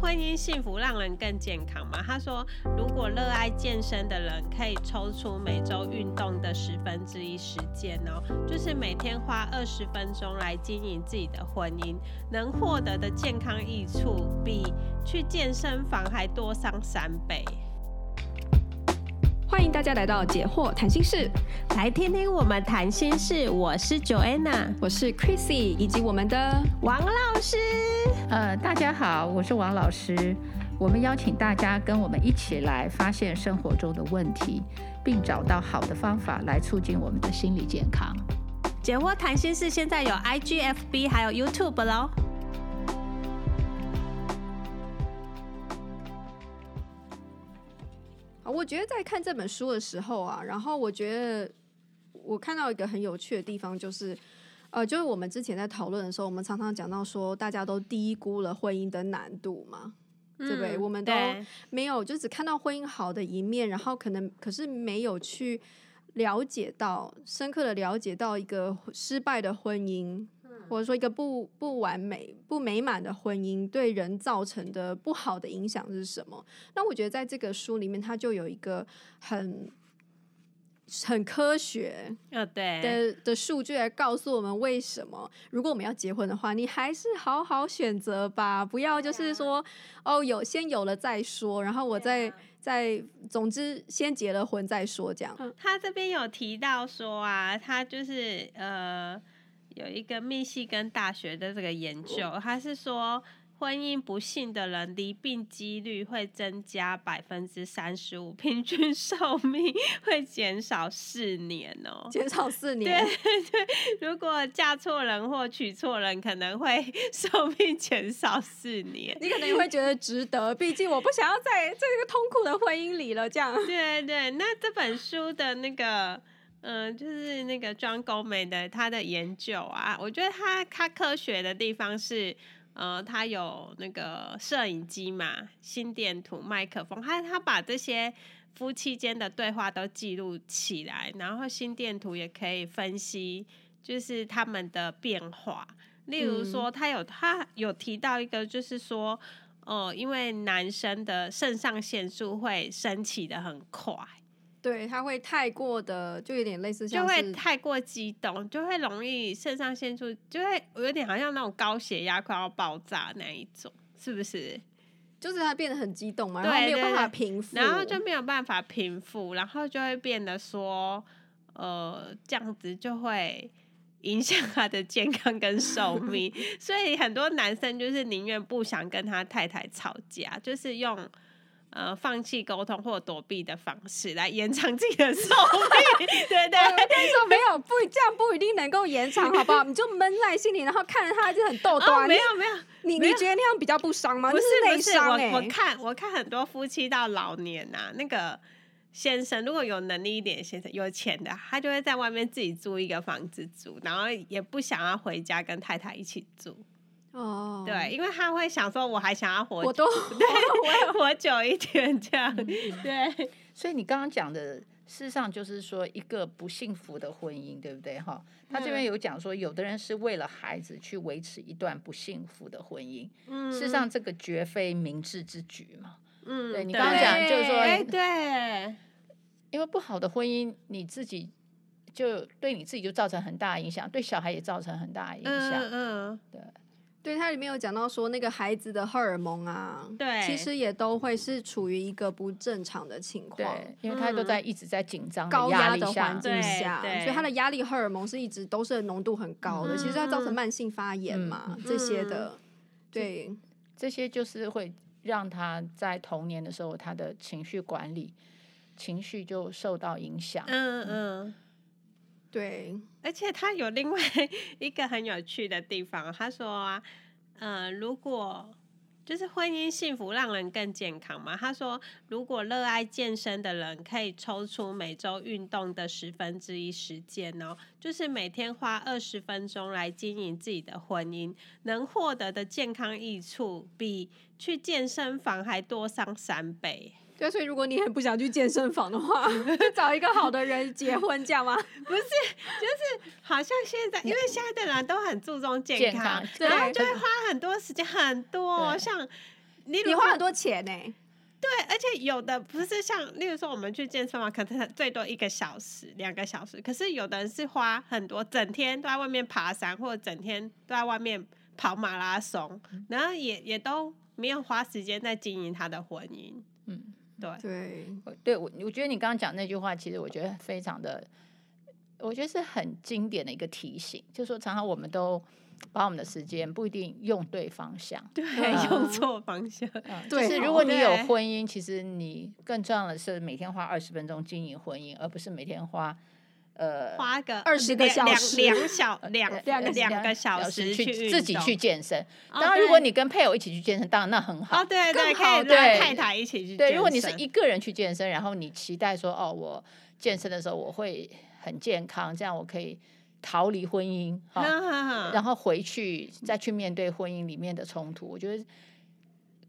婚姻幸福让人更健康吗？他说，如果热爱健身的人可以抽出每周运动的十分之一时间哦，就是每天花二十分钟来经营自己的婚姻，能获得的健康益处比去健身房还多上三倍。欢迎大家来到解惑谈心室，来听听我们谈心事，我是 Joanna，我是 Chrissy，以及我们的王老师。呃，大家好，我是王老师。我们邀请大家跟我们一起来发现生活中的问题，并找到好的方法来促进我们的心理健康。解惑谈心事现在有 IGFB 还有 YouTube 喽。啊，我觉得在看这本书的时候啊，然后我觉得我看到一个很有趣的地方，就是呃，就是我们之前在讨论的时候，我们常常讲到说，大家都低估了婚姻的难度嘛，对不对？嗯我们都对没有就只看到婚姻好的一面，然后可能可是没有去了解到深刻的了解到一个失败的婚姻。或者说一个不不完美、不美满的婚姻对人造成的不好的影响是什么？那我觉得在这个书里面，它就有一个很很科学呃，对，的的数据来告诉我们为什么，如果我们要结婚的话，你还是好好选择吧，不要就是说哦有先有了再说，然后我再、再总之先结了婚再说这样。他这边有提到说啊，他就是呃有一个密西根大学的这个研究，他是说婚姻不幸的人离病几率会增加百分之三十五，平均寿命会减少四年哦。减少 四年，如果嫁错人或娶错人，可能会 寿命减少四年。你可能也会觉得值得，毕竟我不想要在在这个痛苦的婚姻里了。这样，对对，那这本书的那个，嗯、就是那个庄公美的他的研究啊，我觉得他他科学的地方是，呃，他有那个摄影机嘛、心电图、麦克风，他他把这些夫妻间的对话都记录起来，然后心电图也可以分析，就是他们的变化。例如说，他有他有提到一个，就是说，哦、因为男生的肾上腺素会升起的很快，对，他会太过的，就有点类似就像会是太过激动，就会容易肾上腺素就会有点好像那种高血压快要爆炸那一种，是不是？就是他变得很激动嘛，对然后没有办法对对平复，然后就没有办法平复，然后就会变得说，呃，这样子就会影响他的健康跟 寿命。所以很多男生就是宁愿不想跟他太太吵架，就是用。呃，放弃沟通或躲避的方式来延长自己的寿命， 对不对？ 我跟你说，没有不这样不一定能够延长，好不好？你就闷在心里，然后看着他就很逗哦，端。没有没有，你没你有觉得那样比较不伤吗？不是那不啊内是，伤哎、我我看我看很多夫妻到老年呐、那个先生如果有能力一点，先生有钱的，他就会在外面自己租一个房子住，然后也不想要回家跟太太一起住，哦，对，，因为他会想说，我还想要活我 久，都我要 活久一点这样，对，所以你刚刚讲的，事实上就是说一个不幸福的婚姻，对不对？哈，他这边有讲说，有的人是为了孩子去维持一段不幸福的婚姻，嗯事实上这个绝非明智之举嘛。嗯对你对刚刚讲就是说哎对，因为不好的婚姻，你自己就对你自己就造成很大的影响，对小孩也造成很大的影响。嗯嗯，对，它里面有讲到说那个孩子的荷尔蒙啊，对其实也都会是处于一个不正常的情况。对，因为他都在一直在紧张高压压力的下环境对下，对所以他的压力荷尔蒙是一直都是浓度很高的，嗯其实它造成慢性发炎嘛，嗯这些的，对，这些就是会让他在童年的时候，他的情绪管理、情绪就受到影响。嗯嗯。对，而且他有另外 一个很有趣的地方，他说啊，呃，如果就是婚姻幸福让人更健康嘛，他说如果热爱健身的人可以抽出每周运动的十分之一时间哦，就是每天花二十分钟来经营自己的婚姻，能获得的健康益处比去健身房还多上三倍。 对，所以如果你很不想去健身房的 话，就找一个好的人结婚，这样吗？好像现在，因为现在的人都很注重健健康康，然后对就会花很多时间，很多哦、对像你 你花很多钱呢、对，而且有的不是像，例如说我们去健身房，可能最多一个小时、两个小时，可是有的人是花很多，整天都在外面爬山，或者整天都在外面跑马拉松，然后也也都没有花时间在经营他的婚姻。嗯，对，对，我对我我觉得你刚刚讲那句话，其实我觉得非常的，我觉得是很经典的一个提醒，就是说常常我们都把我们的时间不一定用对方向。对，用错方向。嗯，就对是哦如果你有对婚姻，其实你更重要的是每天花二十分钟经营婚姻，而不是每天花呃花个20个小时两两小两呃两个两个小时去运自己动去。健身。哦当然，如果对你跟配偶一起去健身，当然那很好。哦，对更对，可以拉好对太太一起去。对，如果你是一个人去健身，然后你期待说哦，我健身的时候我会很健康，这样我可以逃离婚姻，嗯哈、哦然然后回去再去面对婚姻里面的冲突。我觉得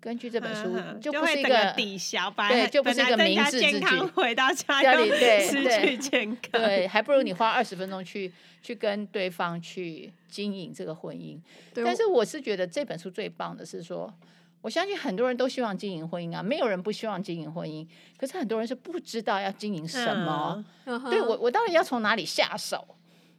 根据这本书，就嗯就不会是一整个个抵消，本对来就不本是一来个增明加智健之康举回到家家又里对失对去 健 康。对，还不如你花二十分钟去去跟对方去经营这个婚姻。对但是我是觉得这本书最棒的是说，我相信很多人都希望经营婚姻啊，没有人不希望经营婚姻，可是很多人是不知道要经营什么。嗯？对对我，我到底要从哪里下手？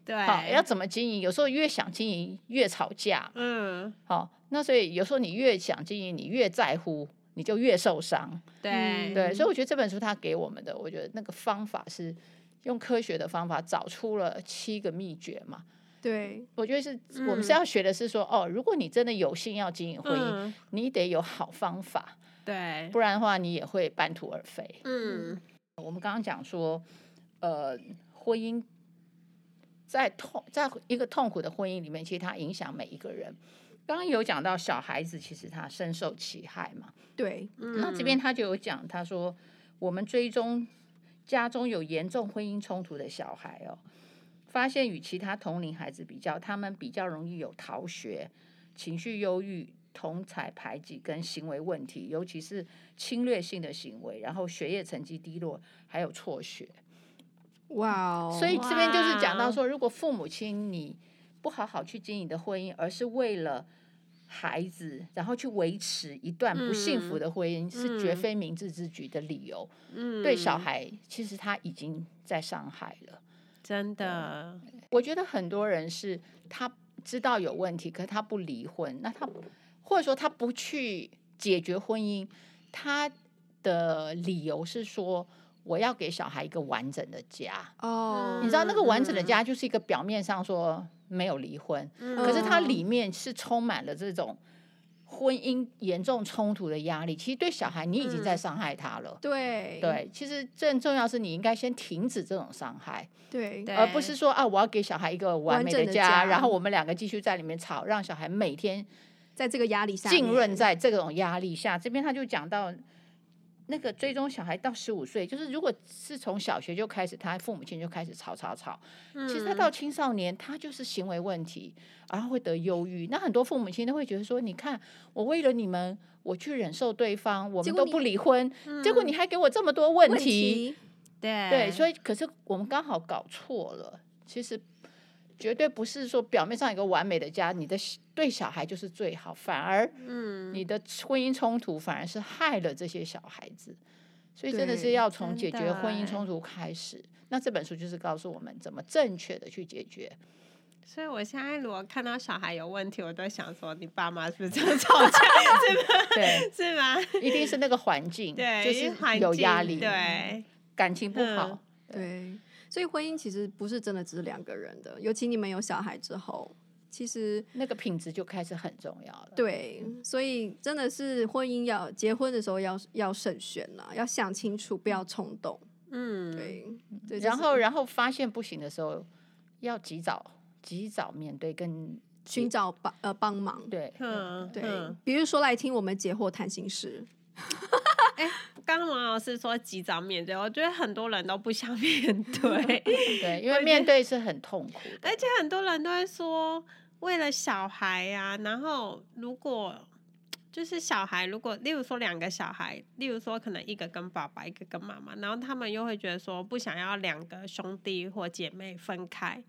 好，对，要怎么经营？有时候越想经营越吵架，嗯，好，那所以有时候你越想经营，你越在乎，你就越受伤。对对，所以我觉得这本书它给我们的，我觉得那个方法是用科学的方法找出了七个秘诀嘛。对我觉得是我们是嗯要学的是说，哦，如果你真的有心要经营婚姻，嗯，你得有好方法，对，不然的话你也会半途而废。嗯，我们刚刚讲说，呃，婚姻在痛，在一个痛苦的婚姻里面，其实它影响每一个人。刚刚有讲到小孩子，其实他深受其害嘛。对，那这边他就有讲，他说我们追踪家中有严重婚姻冲突的小孩哦，发现与其他同龄孩子比较，他们比较容易有逃学、情绪忧郁、同才排挤跟行为问题，尤其是侵略性的行为，然后学业成绩低落，还有辍学。哇哦，所以这边就是讲到哇说，如果父母亲你不好好去经营你的婚姻，而是为了孩子，然后去维持一段不幸嗯福的婚姻，是绝嗯非明智之举的理由。嗯对小孩，其实他已经在伤害了。真的，我觉得很多人是他知道有问题，可是他不离婚，那他或者说他不去解决婚姻，他的理由是说我要给小孩一个完整的家。哦，你知道那个完整的嗯家就是一个表面上说没有离婚，嗯可是它嗯里面是充满了这种婚姻严重冲突的压力。其实对小孩，你已经在嗯伤害他了。对对，其实更重要是你应该先停止这种伤害，对对而不是说啊，我要给小孩一个完完美整的的家，家然后我们两个继续在里面吵，让小孩每天在这个压力下浸面润在这种压力下。这边他就讲到那个追踪小孩到十五岁，就是如果是从小学就开始，他父母亲就开始吵吵吵，其实他嗯到青少年，他就是行为问题，然后会得忧郁。那很多父母亲都会觉得说：“你看，我为了你们，我去忍受对方，我结们果都你嗯不离婚，结果你还给我这么多问问题，对对，所以以可是我们刚好搞错了，其实绝对不是说表面上一个完美的家，你的小对小孩就是最好，反而嗯，你的婚姻冲突反而是害了这些小孩子。所以真的是对要从真解决的婚姻哎冲突开始。那这本书就是告诉我们怎么正确的去解决。所以我现在如果看到小孩有问题，我都想说，你爸妈是不是真的吵架？ 对，是 吗？一定是那个环境，对，就因为是环有压境力，，对，感情不好嗯，对，所以婚姻其实不是真的只是两个人的，尤其你们有小孩之后，其实那个品质就开始很重要了。对，所以真的是婚姻要结婚的时候要要慎选啦，要想清楚，不要冲动。嗯，对，对，然就是嗯后，然后发现不行的时候，要及早及早面对跟寻找帮呃帮忙。对，嗯，对嗯，比如说来听我们解惑谈心事，刚刚王老师说及早面对，我觉得很多人都不想面对，对，因为面对是很痛苦的。而且很多人都会说，为了小孩呀、然后如果就是小孩，如果例如说两个小孩，例如说可能一个跟爸爸，一个跟妈妈，然后他们又会觉得说不想要两个兄弟或姐妹分开，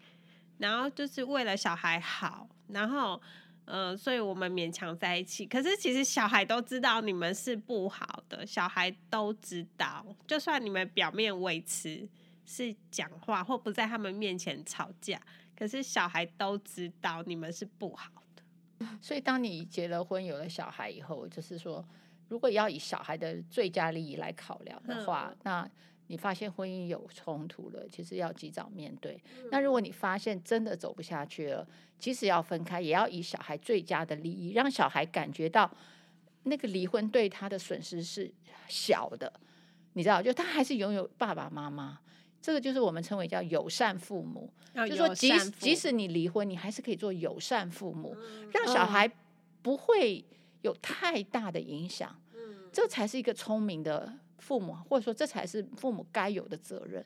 然后就是为了小孩好，然后嗯、所以我们勉强在一起。可是其实小孩都知道你们是不好的，小孩都知道，就算你们表面维持是讲话或不在他们面前吵架，可是小孩都知道你们是不好的。所以，当你结了婚、有了小孩以后，就是说，如果要以小孩的最佳利益来考量的话，那你发现婚姻有冲突了，其实要及早面对。那如果你发现真的走不下去了，即使要分开，也要以小孩最佳的利益，让小孩感觉到那个离婚对他的损失是小的。你知道，就他还是拥有爸爸妈妈，这个就是我们称为叫友善父母。要就说友即善使父即母嗯使你离婚，你还是可以做友善父母，让小孩不会有太大的影响。嗯这才是一个聪明的父母，或者说这才是父母该有的责任。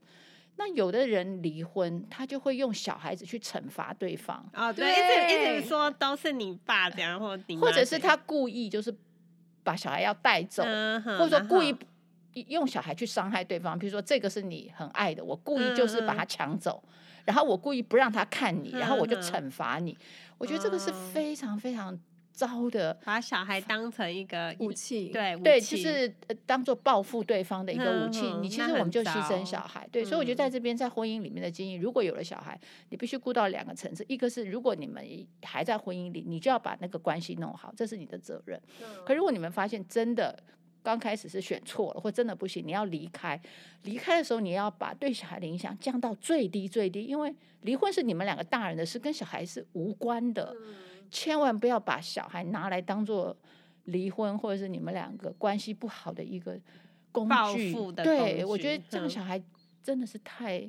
那有的人离婚，他就会用小孩子去惩罚对方，哦，对，一直一对直说都是你爸这样，或你或妈者是这样他故意就是把小孩要带走，嗯哼或者说然故后意用小孩去伤害对方，比如说这个是你很爱的，我故嗯意就是把他抢走，然后我故意不让他看你，然后我就嗯嗯惩罚你。我觉得这个是哦非常非常糟的，把小孩当成一个武器，，对武对，就器是呃当做报复对方的一个武器。嗯嗯你其那实我很们就牺牲糟嗯小孩，对，所以我觉得在这边在婚姻里面的经营，如果有了小孩，你必须顾到两个层次，一个是如果你们还在婚姻里，你就要把那个关系弄好，这是你的责任。嗯可如果你们发现真的。刚开始是选错了，或真的不行，你要离开。离开的时候，你要把对小孩的影响降到最低最低，因为离婚是你们两个大人的事，跟小孩是无关的。嗯千万不要把小孩拿来当做离婚或者是你们两个关系不好的一个工报具。复的对，工我具觉得这样嗯小孩真的是太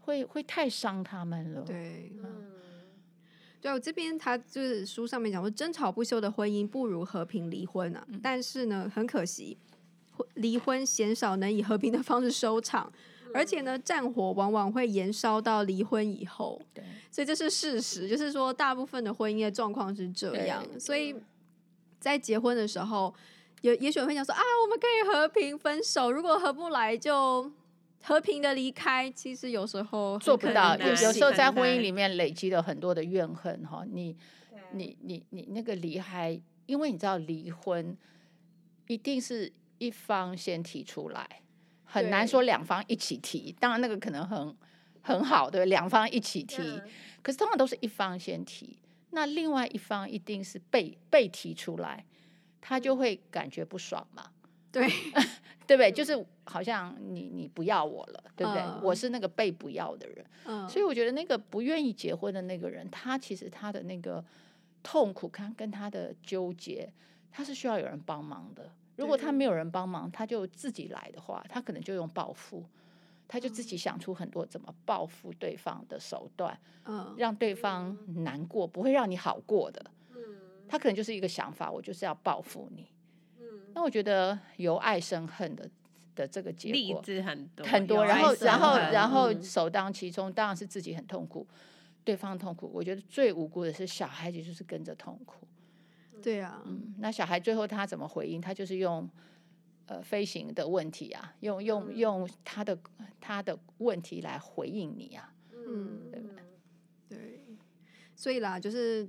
会会太伤他们了。对，嗯对，我这边他就是书上面讲说，争吵不休的婚姻不如和平离婚啊。但是呢，很可惜，婚离婚鲜少能以和平的方式收场，而且呢，战火往往会延烧到离婚以后，对，所以这是事实。就是说，大部分的婚姻的状况是这对样，所以在结婚的时候，也也许会想说啊，我们可以和平分手，如果合不来就。和平的离开，其实有时候很做可不到。能有不有行时候在很婚姻难里面累积了很多的怨恨哈，你你你你那个离开，因为你知道离婚一定是一方先提出来，很难对说两方一起提。当然那个可能很很好，对不对，两方一起提，嗯可是通常都是一方先提，那另外一方一定是被被提出来，他就会感觉不爽嘛。对， 对不对？就是好像你你不要我了，对不对？嗯我是那个被不要的人，嗯，所以我觉得那个不愿意结婚的那个人，他其实他的那个痛苦看跟他的纠结，他是需要有人帮忙的。如果他没有人帮忙，他就自己来的话，他可能就用报复，他就自己想出很多怎么报复对方的手段，嗯，让对方难过，不会让你好过的。他可能就是一个想法，我就是要报复你。那我觉得由爱生恨的的这个结例果，子很多很多，有然爱后生然后恨然后嗯首当其冲，当然是自己很痛苦，对方痛苦。我觉得最无辜的是小孩子，就是跟着痛苦。对啊，嗯，那小孩最后他怎么回应？他就是用呃飞行的问题啊，用用嗯用他的他的问题来回应你啊。嗯对吧，对，所以啦，就是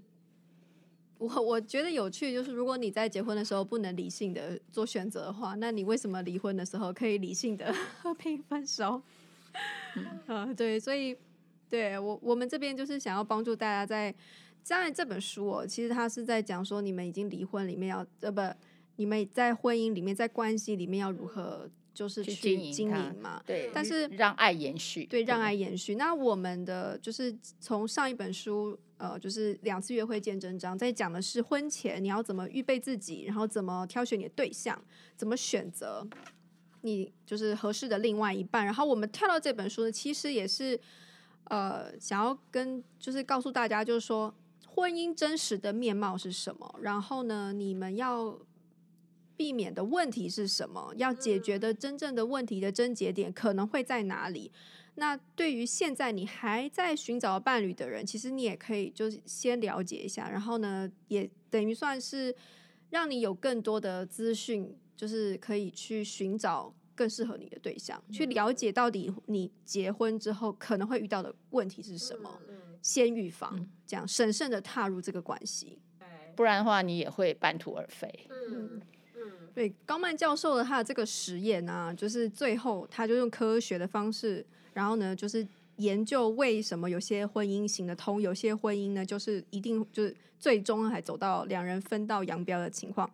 我我觉得有趣，就是如果你在结婚的时候不能理性的做选择的话，那你为什么离婚的时候可以理性的 和平分手？ 嗯，对，所以对我我们这边就是想要帮助大家在，当然这本书哦，其实它是在讲说你们已经离婚里面要呃不，你们在婚姻里面在关系里面要如何就是去去经营它嘛，对，但是让爱延续，对，让不爱延续。那我们的就是从上一本书，呃，就是两次约会见真章，在讲的是婚前你要怎么预备自己，然后怎么挑选你的对象，怎么选择你就是合适的另外一半。然后我们跳到这本书呢，其实也是呃，想要跟就是告诉大家，就是说婚姻真实的面貌是什么，然后呢，你们要。避免的问题是什么？要解决的真正的问题的症结点可能会在哪里？那对于现在你还在寻找伴侣的人，其实你也可以就是先了解一下，然后呢，也等于算是让你有更多的资讯，就是可以去寻找更适合你的对嗯象，去了解到底你结婚之后可能会遇到的问题是什么，先预防，这样审慎的踏入这个关系。不然的话你也会半途而废。嗯对，高曼教授的他的这个实验啊，就是最后他就用科学的方式，然后呢，就是研究为什么有些婚姻行得通，有些婚姻呢，就是一定就是最终还走到两人分道扬镳的情况。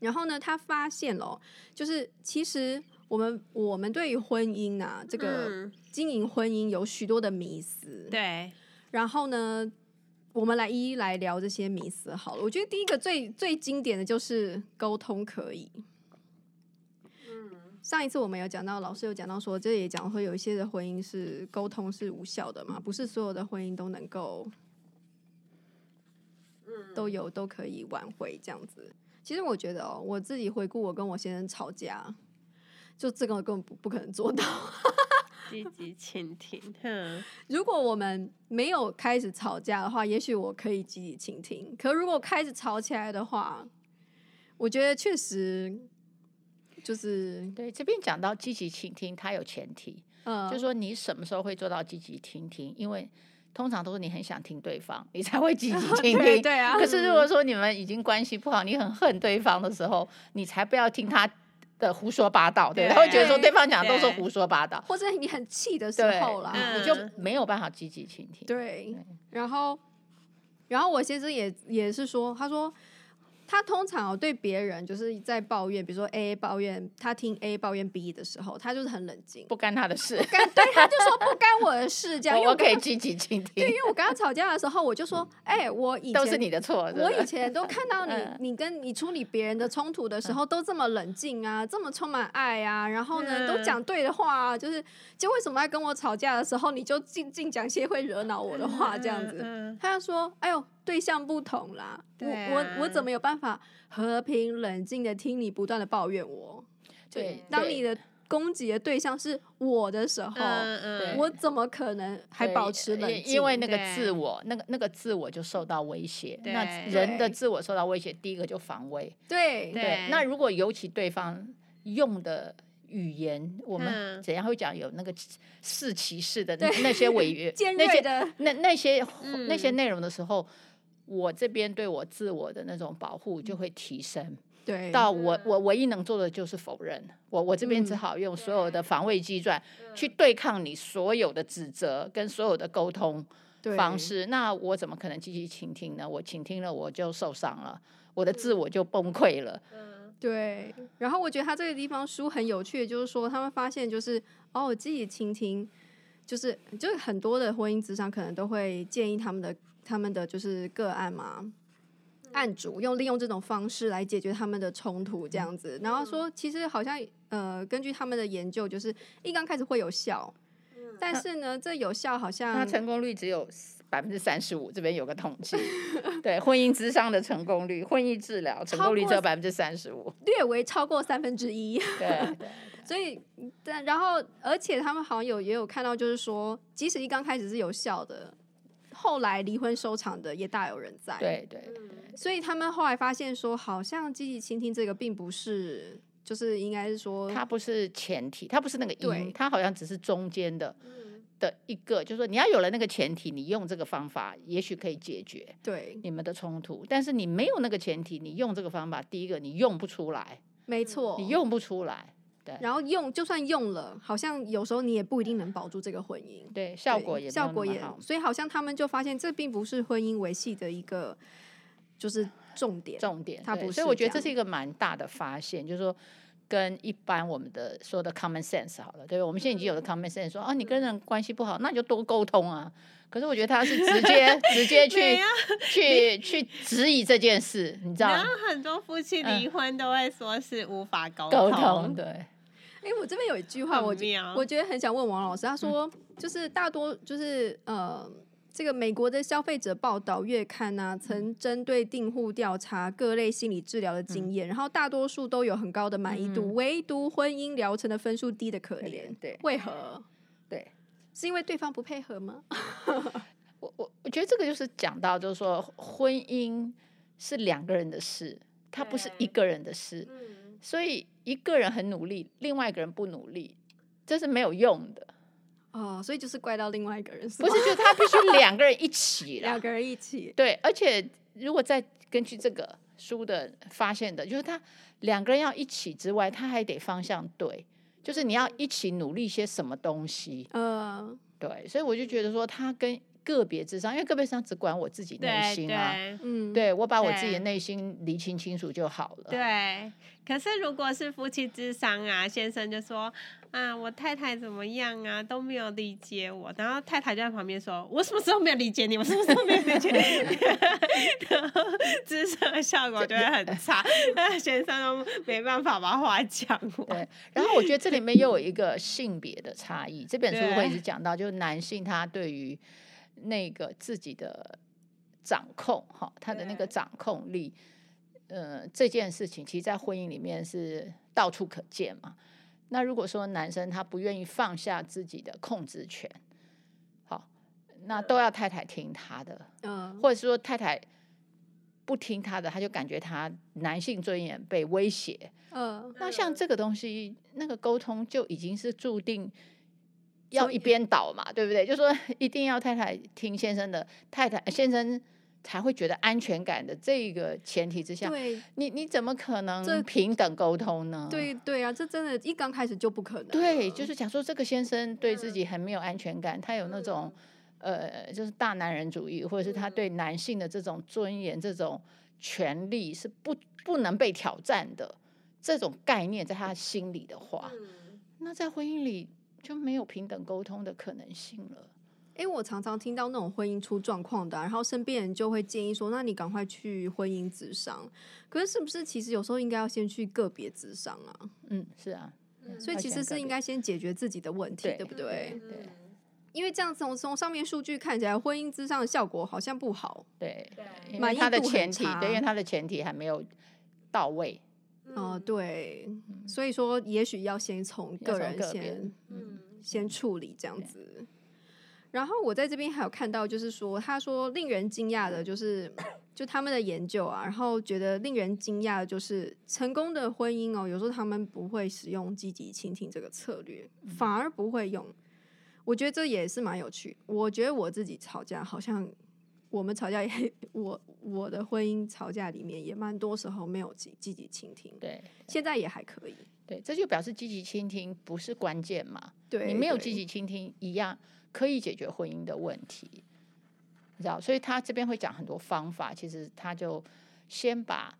然后呢，他发现了哦，就是其实我们我们对于婚姻啊，这个嗯经营婚姻有许多的迷思。对，然后呢，我们来一一来聊这些迷思好了。我觉得第一个最最经典的就是沟通可以。上一次我们有讲到，老师有讲到说，这也讲说有一些的婚姻是沟通是无效的嘛，不是所有的婚姻都能够，都有都可以挽回这样子。其实我觉得哦，我自己回顾我跟我先生吵架，就这个我根本不不可能做到。积极倾听， 哼，如果我们没有开始吵架的话，也许我可以积极倾听。可如果开始吵起来的话，我觉得确实就是对，这边讲到积极倾听，它有前提，呃，就说你什么时候会做到积极倾听，因为通常都是你很想听对方，你才会积 极倾对听。对啊，可是如果说你们已经关系不好，你很恨对方的时候，你才不要听他的胡说八道，对，对他会觉得说对方讲的都是对胡说八道，或者你很气的时对候啦，嗯你就没有办法积极倾听。对，然后，然后我先生也也是说，他说他通常哦对别人就是在抱怨，比如说 A 抱怨他听 A 抱怨 B 的时候，他就是很冷静，不干他的事，干对他就说不干我的事，啊这样，因为 我我我可以积极倾对，听因，为我跟他吵架的时候，我就说，哎、我以前都是你的错。对不我对以前都看到你， 嗯你跟你处理别人的冲突的时候都这么冷静啊，这么充满爱啊，然后呢，都嗯讲对的话啊，就是就为什么在跟我吵架的时候，你就尽尽讲些会惹恼我的话这样子？嗯，嗯他就说，哎呦，对象不同啦，我对啊我我怎么有办法和平冷静的听你不断的抱怨我？对当对你的攻击的对象是我的时候。嗯嗯，我怎么可能还对保持冷因静？啊因为那个对自我，那个那个自我就受到威胁。那对人的对自我受到威胁，第一个就防卫。对对那如果尤其对方用的语言，我们嗯怎样会讲有那个是歧视的那对 那些委员尖那锐些的，那那些那些嗯内容的时候，我这边对我自我的那种保护就会提升。对，到我我唯一能做的就是否认，我我这边只嗯好用所有的防卫机转去对抗你所有的指责跟所有的沟通对方。式。那我怎么可能积极倾听呢？我倾听了我就受伤了，我的自嗯我就崩溃了。对，然后我觉得他这个地方书很有趣，就是说他们发现就是哦，我自己倾听，就是就是很多的婚姻职场可能都会建议他们的他们的就是个案嘛。案主用利用这种方式来解决他们的冲突，这样子，然后说其实好像呃，根据他们的研究，就是一刚开始会有效，但是呢，这有效好那像成功率只有百分之三十五，这边有个统计， 对婚姻智商的成功率，婚姻治疗成超功率只过有百分之三十五。略微超过三分之一。对对所以，但然后，而且他们好像有也有看到，就是说，即使一刚开始是有效的，后来离婚收场的也大有人在。，对对，嗯所以他们后来发现说，好像积极倾听这个并不是，就是应该是说，它不是前提，它不是那个因对，它好像只是中间的嗯的一个，就是说你要有了那个前提，你用这个方法也许可以解决对，你们的冲突，但是你没有那个前提，你用这个方法，第一个你用不出来，没错。你用不出来，然后用，就算用了，好像有时候你也不一定能保住这个婚姻。对，效对果也没有效果那么也好，所以好像他们就发现，这并不是婚姻维系的一个就是重点。重点，它对不所以是我觉得这这样是一个蛮大的发现，就是说。跟一般我们的说的 common sense 好了，对吧？我们现在已嗯经有了 common sense，说啊，你跟人关系不好，那你就多沟通啊。可是我觉得他是直 接直接去没啊去去质疑这件事，你知道然吗后？很多夫妻嗯离婚都会说是无法沟沟通，对，哎、我这边有一句话，很我觉妙我觉得很想问王老嗯师，他说、就是大多就是呃，这个美国的消费者报道月刊啊，曾针对订户调查各类心理治疗的经验，然后大多数都有很高的满意度，嗯唯独婚姻疗程的分数低的可怜，对为何？对，是因为对方不配合吗？我我我觉得这个就是讲到，就是说婚姻是两个人的事，它不是一个人的事，嗯嗯所以一个人很努力，另外一个人不努力，这是没有用的。哦，所以就是怪到另外一个人，是不啊吗是，就他 必须两个人一起啦两。个人一起，对，而且如果再根据这个书的发现的，就是他两个人要一起之外，他还得方向对，就是你要一起努力些什么东西。呃，对，所以我就觉得说，他跟个别智商，因为个别智商只管我自己内对心啊，对嗯，对我把我自己的对内心理清清楚就好呃了。对，可是如果是夫妻之商啊，先生就说啊，我太太怎么样啊，都没有理解我，然后太太就在旁边说，我什么时候没有理解你，我什么时候没有理解你， 然后智商的效果就会很 差，那先生都没办法把话讲完。对，然后我觉得这里面又有一个性别的差异，这本书对会一直讲到，就是男性他对于那个自己的掌控，哈，他的那对个掌控力，呃，这件事情其实，在婚姻里面是到处可见嘛。那如果说男生他不愿意放下自己的控制权，好，那都要太太听他的，嗯，或者是说太太不听他的，他就感觉他男性尊严被威胁，呃，那像嗯这个东西，那个沟通就已经是注定要所一以边倒嘛，对不对？就说一定要太太听先生的，太太先生才会觉得安全感的这个前提之下，对你你怎么可这能平等沟通呢？对对啊，这真的，一刚开始就不可能，对，就是讲说这个先生对自己很没有安全感，他有那种呃，就是大男人主义，或者是他对男性的这种尊严、这种权利是不不能被挑战的这种概念，在他心里的话，嗯那在婚姻里就没有平等沟通的可能性了。哎，我常常听到那种婚姻出状况的啊、然后身边人就会建议说，那你赶快去婚姻咨商。可是是不是其实有时候应该要先去个别咨商啊？嗯，嗯是啊，所以要其先实个是应别该先解决自己的问题，对对不对？对因为这样从从上面数据看起来，婚姻咨商的效果好像不好对，因满为意他的度很前提，对，因为差他的前提还没有到位，哦、对，所以说也许要先从嗯要个从人个别先嗯，先处理这样对子。然后我在这边还有看到，就是说，他说令人惊讶的，就是就他们的研究啊，然后觉得令人惊讶的就是成功的婚姻哦，有时候他们不会使用积极倾听这个策略，嗯反而不会用。我觉得这也是蛮有趣。我觉得我自己吵架，好像我们吵架也，我我的婚姻吵架里面也蛮多时候没有积积极倾听，对现在也还可以。对，这就表示积极倾听不是关键嘛。对，你没有对积极倾听，一样可以解决婚姻的问题，你知道？所以他这边会讲很多方法，其实他就先把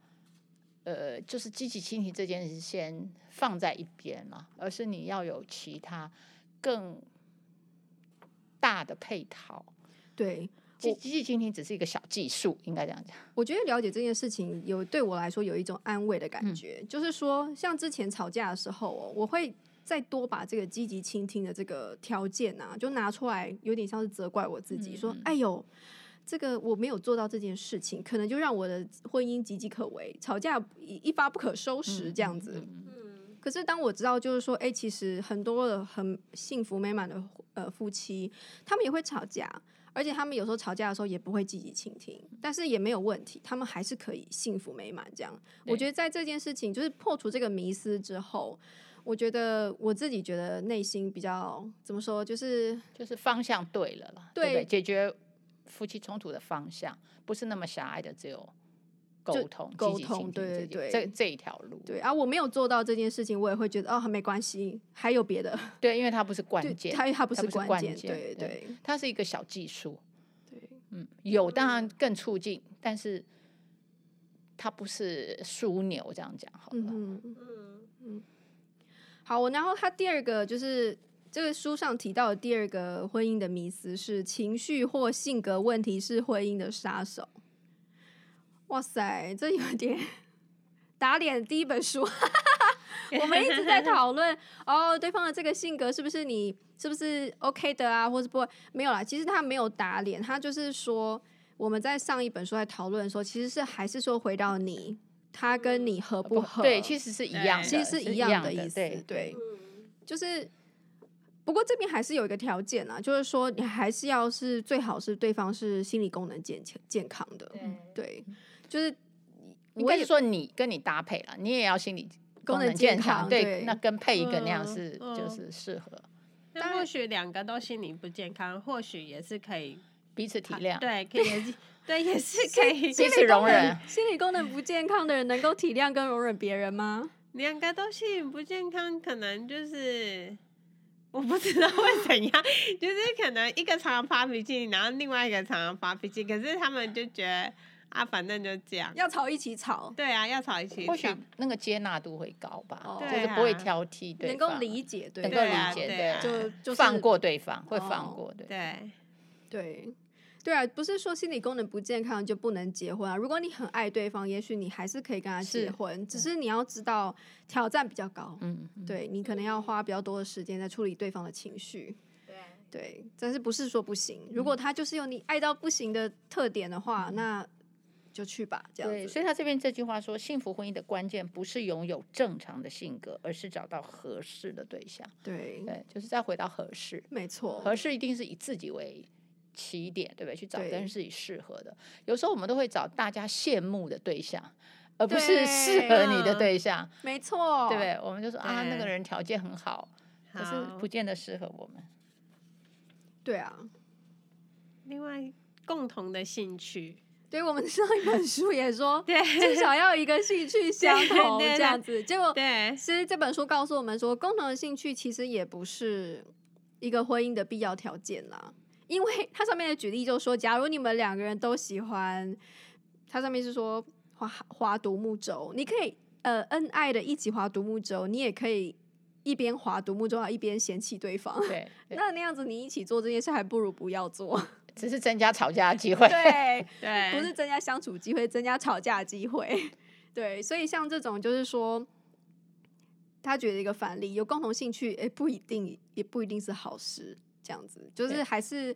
呃，就是积极倾听这件事先放在一边嘛，而是你要有其他更大的配套。对，积积极倾听只是一个小技术，应该这样讲。我觉得了解这件事情有对我来说有一种安慰的感嗯觉，就是说，像之前吵架的时候、哦，我会再多把这个积极倾听的这个条件啊，就拿出来，有点像是责怪我自己，说嗯：“哎呦，这个我没有做到这件事情，可能就让我的婚姻岌岌可危，吵架一一发不可收拾这样子。嗯可是当我知道，就是说，哎、其实很多的很幸福美满的呃夫妻，他们也会吵架，而且他们有时候吵架的时候也不会积极倾听，但是也没有问题，他们还是可以幸福美满这样。我对觉得在这件事情就是破除这个迷思之后，我觉得我自己觉得内心比较怎么说，就是就是方向对了啦，对不对对？解决夫妻冲突的方向不是那么狭隘的，只有沟就通、积沟极通倾听对这件对这这一条路，对啊，我没有做到这件事情，我也会觉得哦，没关系，还有别的，对，因为它不是关对，键，它它不它是不是关关键，键对对对它是一个小技术。对，嗯，有当然更促进，但是它不是枢纽，这样讲好了。嗯嗯。嗯好，我然后他第二个就是这个书上提到的第二个婚姻的迷思是情绪或性格问题是婚姻的杀手。哇塞，这有点 打脸第一本书。我们一直 在讨论哦，对方的这个性格是不是你是不是 OK 的啊，或是不没有啦。其实他没有打脸，他就是说我们在上一本书在讨论说，其实是还是说回到你，他跟你合不合？对，其实是一样对的，其实是一一样的的意思，对对，嗯就是。不过这边还是有一个条件啊，就是说你还是要是最好是对方是心理功能健健康的，对， 就是应我该也是说你跟你搭配了，你也要心理功能健健康，对，那跟配一个那样嗯是、就嗯是适合。 那或许两个都心理不健康，或许也是可以，彼此体谅，啊对，可以也 是，对，也是可以，彼此容忍。 心理功能不健康的人能够体谅跟容忍别人吗？两个都心理不健康，可能就是我不知道会怎样，就是可能一个常常发脾气，然后另外一个常常发脾气，可是他们就觉得啊，反正就这样。要吵一起吵，对啊，要吵一起或许吵，那个接纳度会高吧，哦就是不会挑剔对能方，够理解对能方，够对理啊解，对对啊就就是放过对方，会哦放过对。对对。对啊，不是说心理功能不健康就不能结婚啊。如果你很爱对方，也许你还是可以跟他是结婚，只是你要知道挑战比较高。嗯，嗯对你可能要花比较多的时间在处理对方的情绪。对，但是不是说不行？如果他就是有你爱到不行的特点的话，那就去吧，这对，样所子。以他这边这句话说，幸福婚姻的关键不是拥有正常的性格，而是找到合适的对象。对，对，嗯就是再回到合适，没错。合适一定是以自己为起点，对不对？去找对跟自己适合的。有时候我们都会找大家羡慕的对象，而不是对啊适合你的嗯对象，没错，对不对？我们就说啊，那个对人条件很好，可是好不见得适合我们。对啊，另外共同的兴趣，对我们上一本书也说，对至少要有一个兴趣相同对对这样子。结哦果，对其实这本书告诉我们说，共同的兴趣其实也不是一个婚姻的必要条件啦。因为它上面的举例就说，假如你们两个人都喜欢，它上面是说划划独木舟，你可以呃恩爱的一起划独木舟，你也可以一边划独木舟，然后一边嫌弃对方。 对，对那那样子，你一起做这件事，还不如不要做。只是增加吵架的机会。对，对，不是增加相处机会，增加吵架机会。 对，所以像这种就是说，他觉得一个反例，有共同兴趣，哎，不一定，也不一定是好事。这样子，就对是还是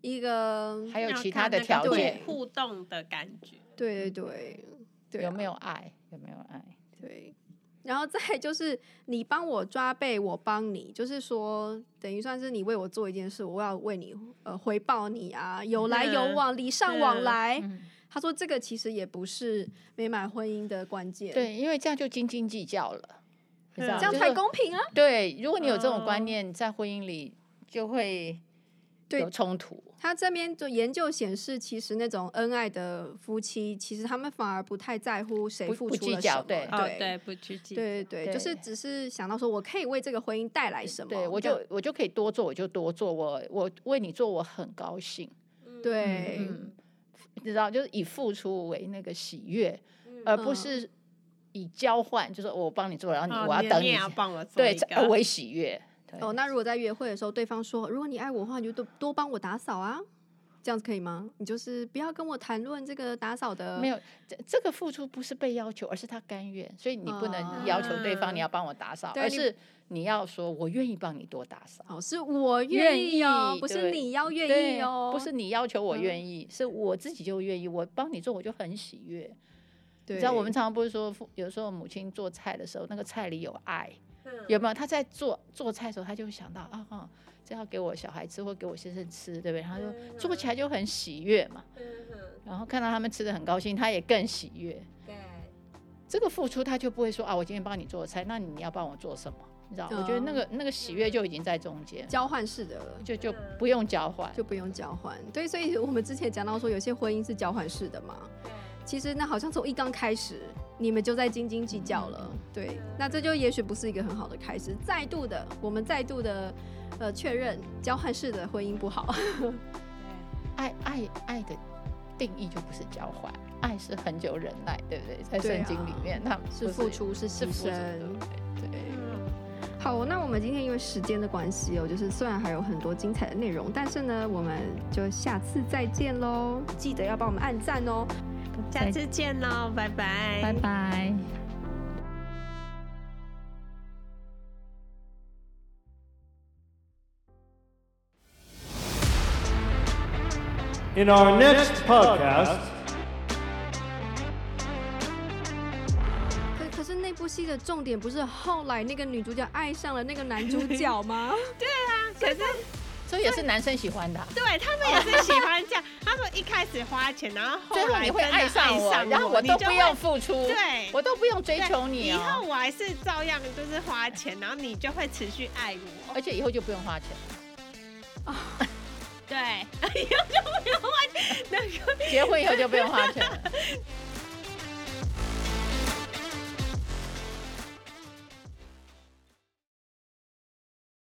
一个，还有要其看他的那个条互件，互动的感觉，对对对，对啊、有没有爱？有没有爱？对，然后再就是你帮我抓背，我帮你，就是说等于算是你为我做一件事，我要为你呃回报你啊，有来有嗯往，礼尚往嗯来。嗯他说这个其实也不是美满婚姻的关键，，对，因为这样就斤斤计较了，你知道嗯这样吗就才是公平啊。对。如果你有这种观哦念，在婚姻里就会对有冲突。他这边就研究显示，其实那种恩爱的夫妻，其实他们反而不太在乎谁不付不出计了较什么，对哦，对对，不去记，对对对，就是对只是想到说我可以为这个婚姻带来什么，对哦我就我就可以多做，我就多做，我我为你做，我很高兴。对嗯，你知道，就是以付出为那个喜悦，而不嗯是以交换，就是我帮你做，然后你、哦，我要你等你也要帮我做对一个，呃为喜悦。对哦，那如果在约会的时候，对方说如果你爱我的话，你就多多帮我打扫啊，这样子可以吗？你就是不要跟我谈论这个打扫的，没有这这个付出不是被要求，而是他甘愿，所以你不能要求对方你啊要帮我打扫，对而你是你要说我愿意帮你多打扫。哦，是我愿愿意哦，意不对是你要愿对意哦，不是你要求我嗯愿意，是我自己就愿意，我帮你做我就很喜悦。对，你知道我们常常不是说父，有时候母亲做菜的时候，那个菜里有爱， 有没有？她在做做菜的时候，她就会想到啊，哦，这要给我小孩吃或给我先生吃，对不对？她说啊做起来就很喜悦嘛，然后看到他们吃的很高兴，她也更喜悦。对，这个付出，她就不会说啊，我今天帮你做菜，那你要帮我做什么？你知道？我觉得那个那个喜悦就已经在中间，交换式的了。就就不用交换。就不用交换。对，所以我们之前讲到说，有些婚姻是交换式的嘛。其实那好像从一刚开始，你们就在斤斤计较了。对，那这就也许不是一个很好的开始。再度的，我们再度的，呃，确认交换式的婚姻不好。爱爱爱的定义就不是交换，爱是很久忍耐，对不对？在对圣经里啊面，他们是不付出是是牺付出牲对不对对。嗯好，那我们今天因为时间的关系哦，就是虽然还有很多精彩的内容，但是呢，我们就下次再见喽！记得要帮我们按赞哦。下次见喽，拜拜，拜拜。 In our next podcast, 可可是那部戏的重点不是后来那个女主角爱上了那个男主角吗？可是所以也是男生喜欢的啊、对他们也是喜欢这样，他们一开始花钱，然后最后后来你会真的爱上我，然后我你都就不会用付出，对。我都不用追求你以后哦，我还是照样就是花钱，然后你就会持续爱我。而且以后就不用花钱， 对，以后就不用花那个结婚以后就不用花钱了。